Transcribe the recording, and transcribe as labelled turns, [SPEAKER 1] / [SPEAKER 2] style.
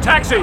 [SPEAKER 1] Taxi!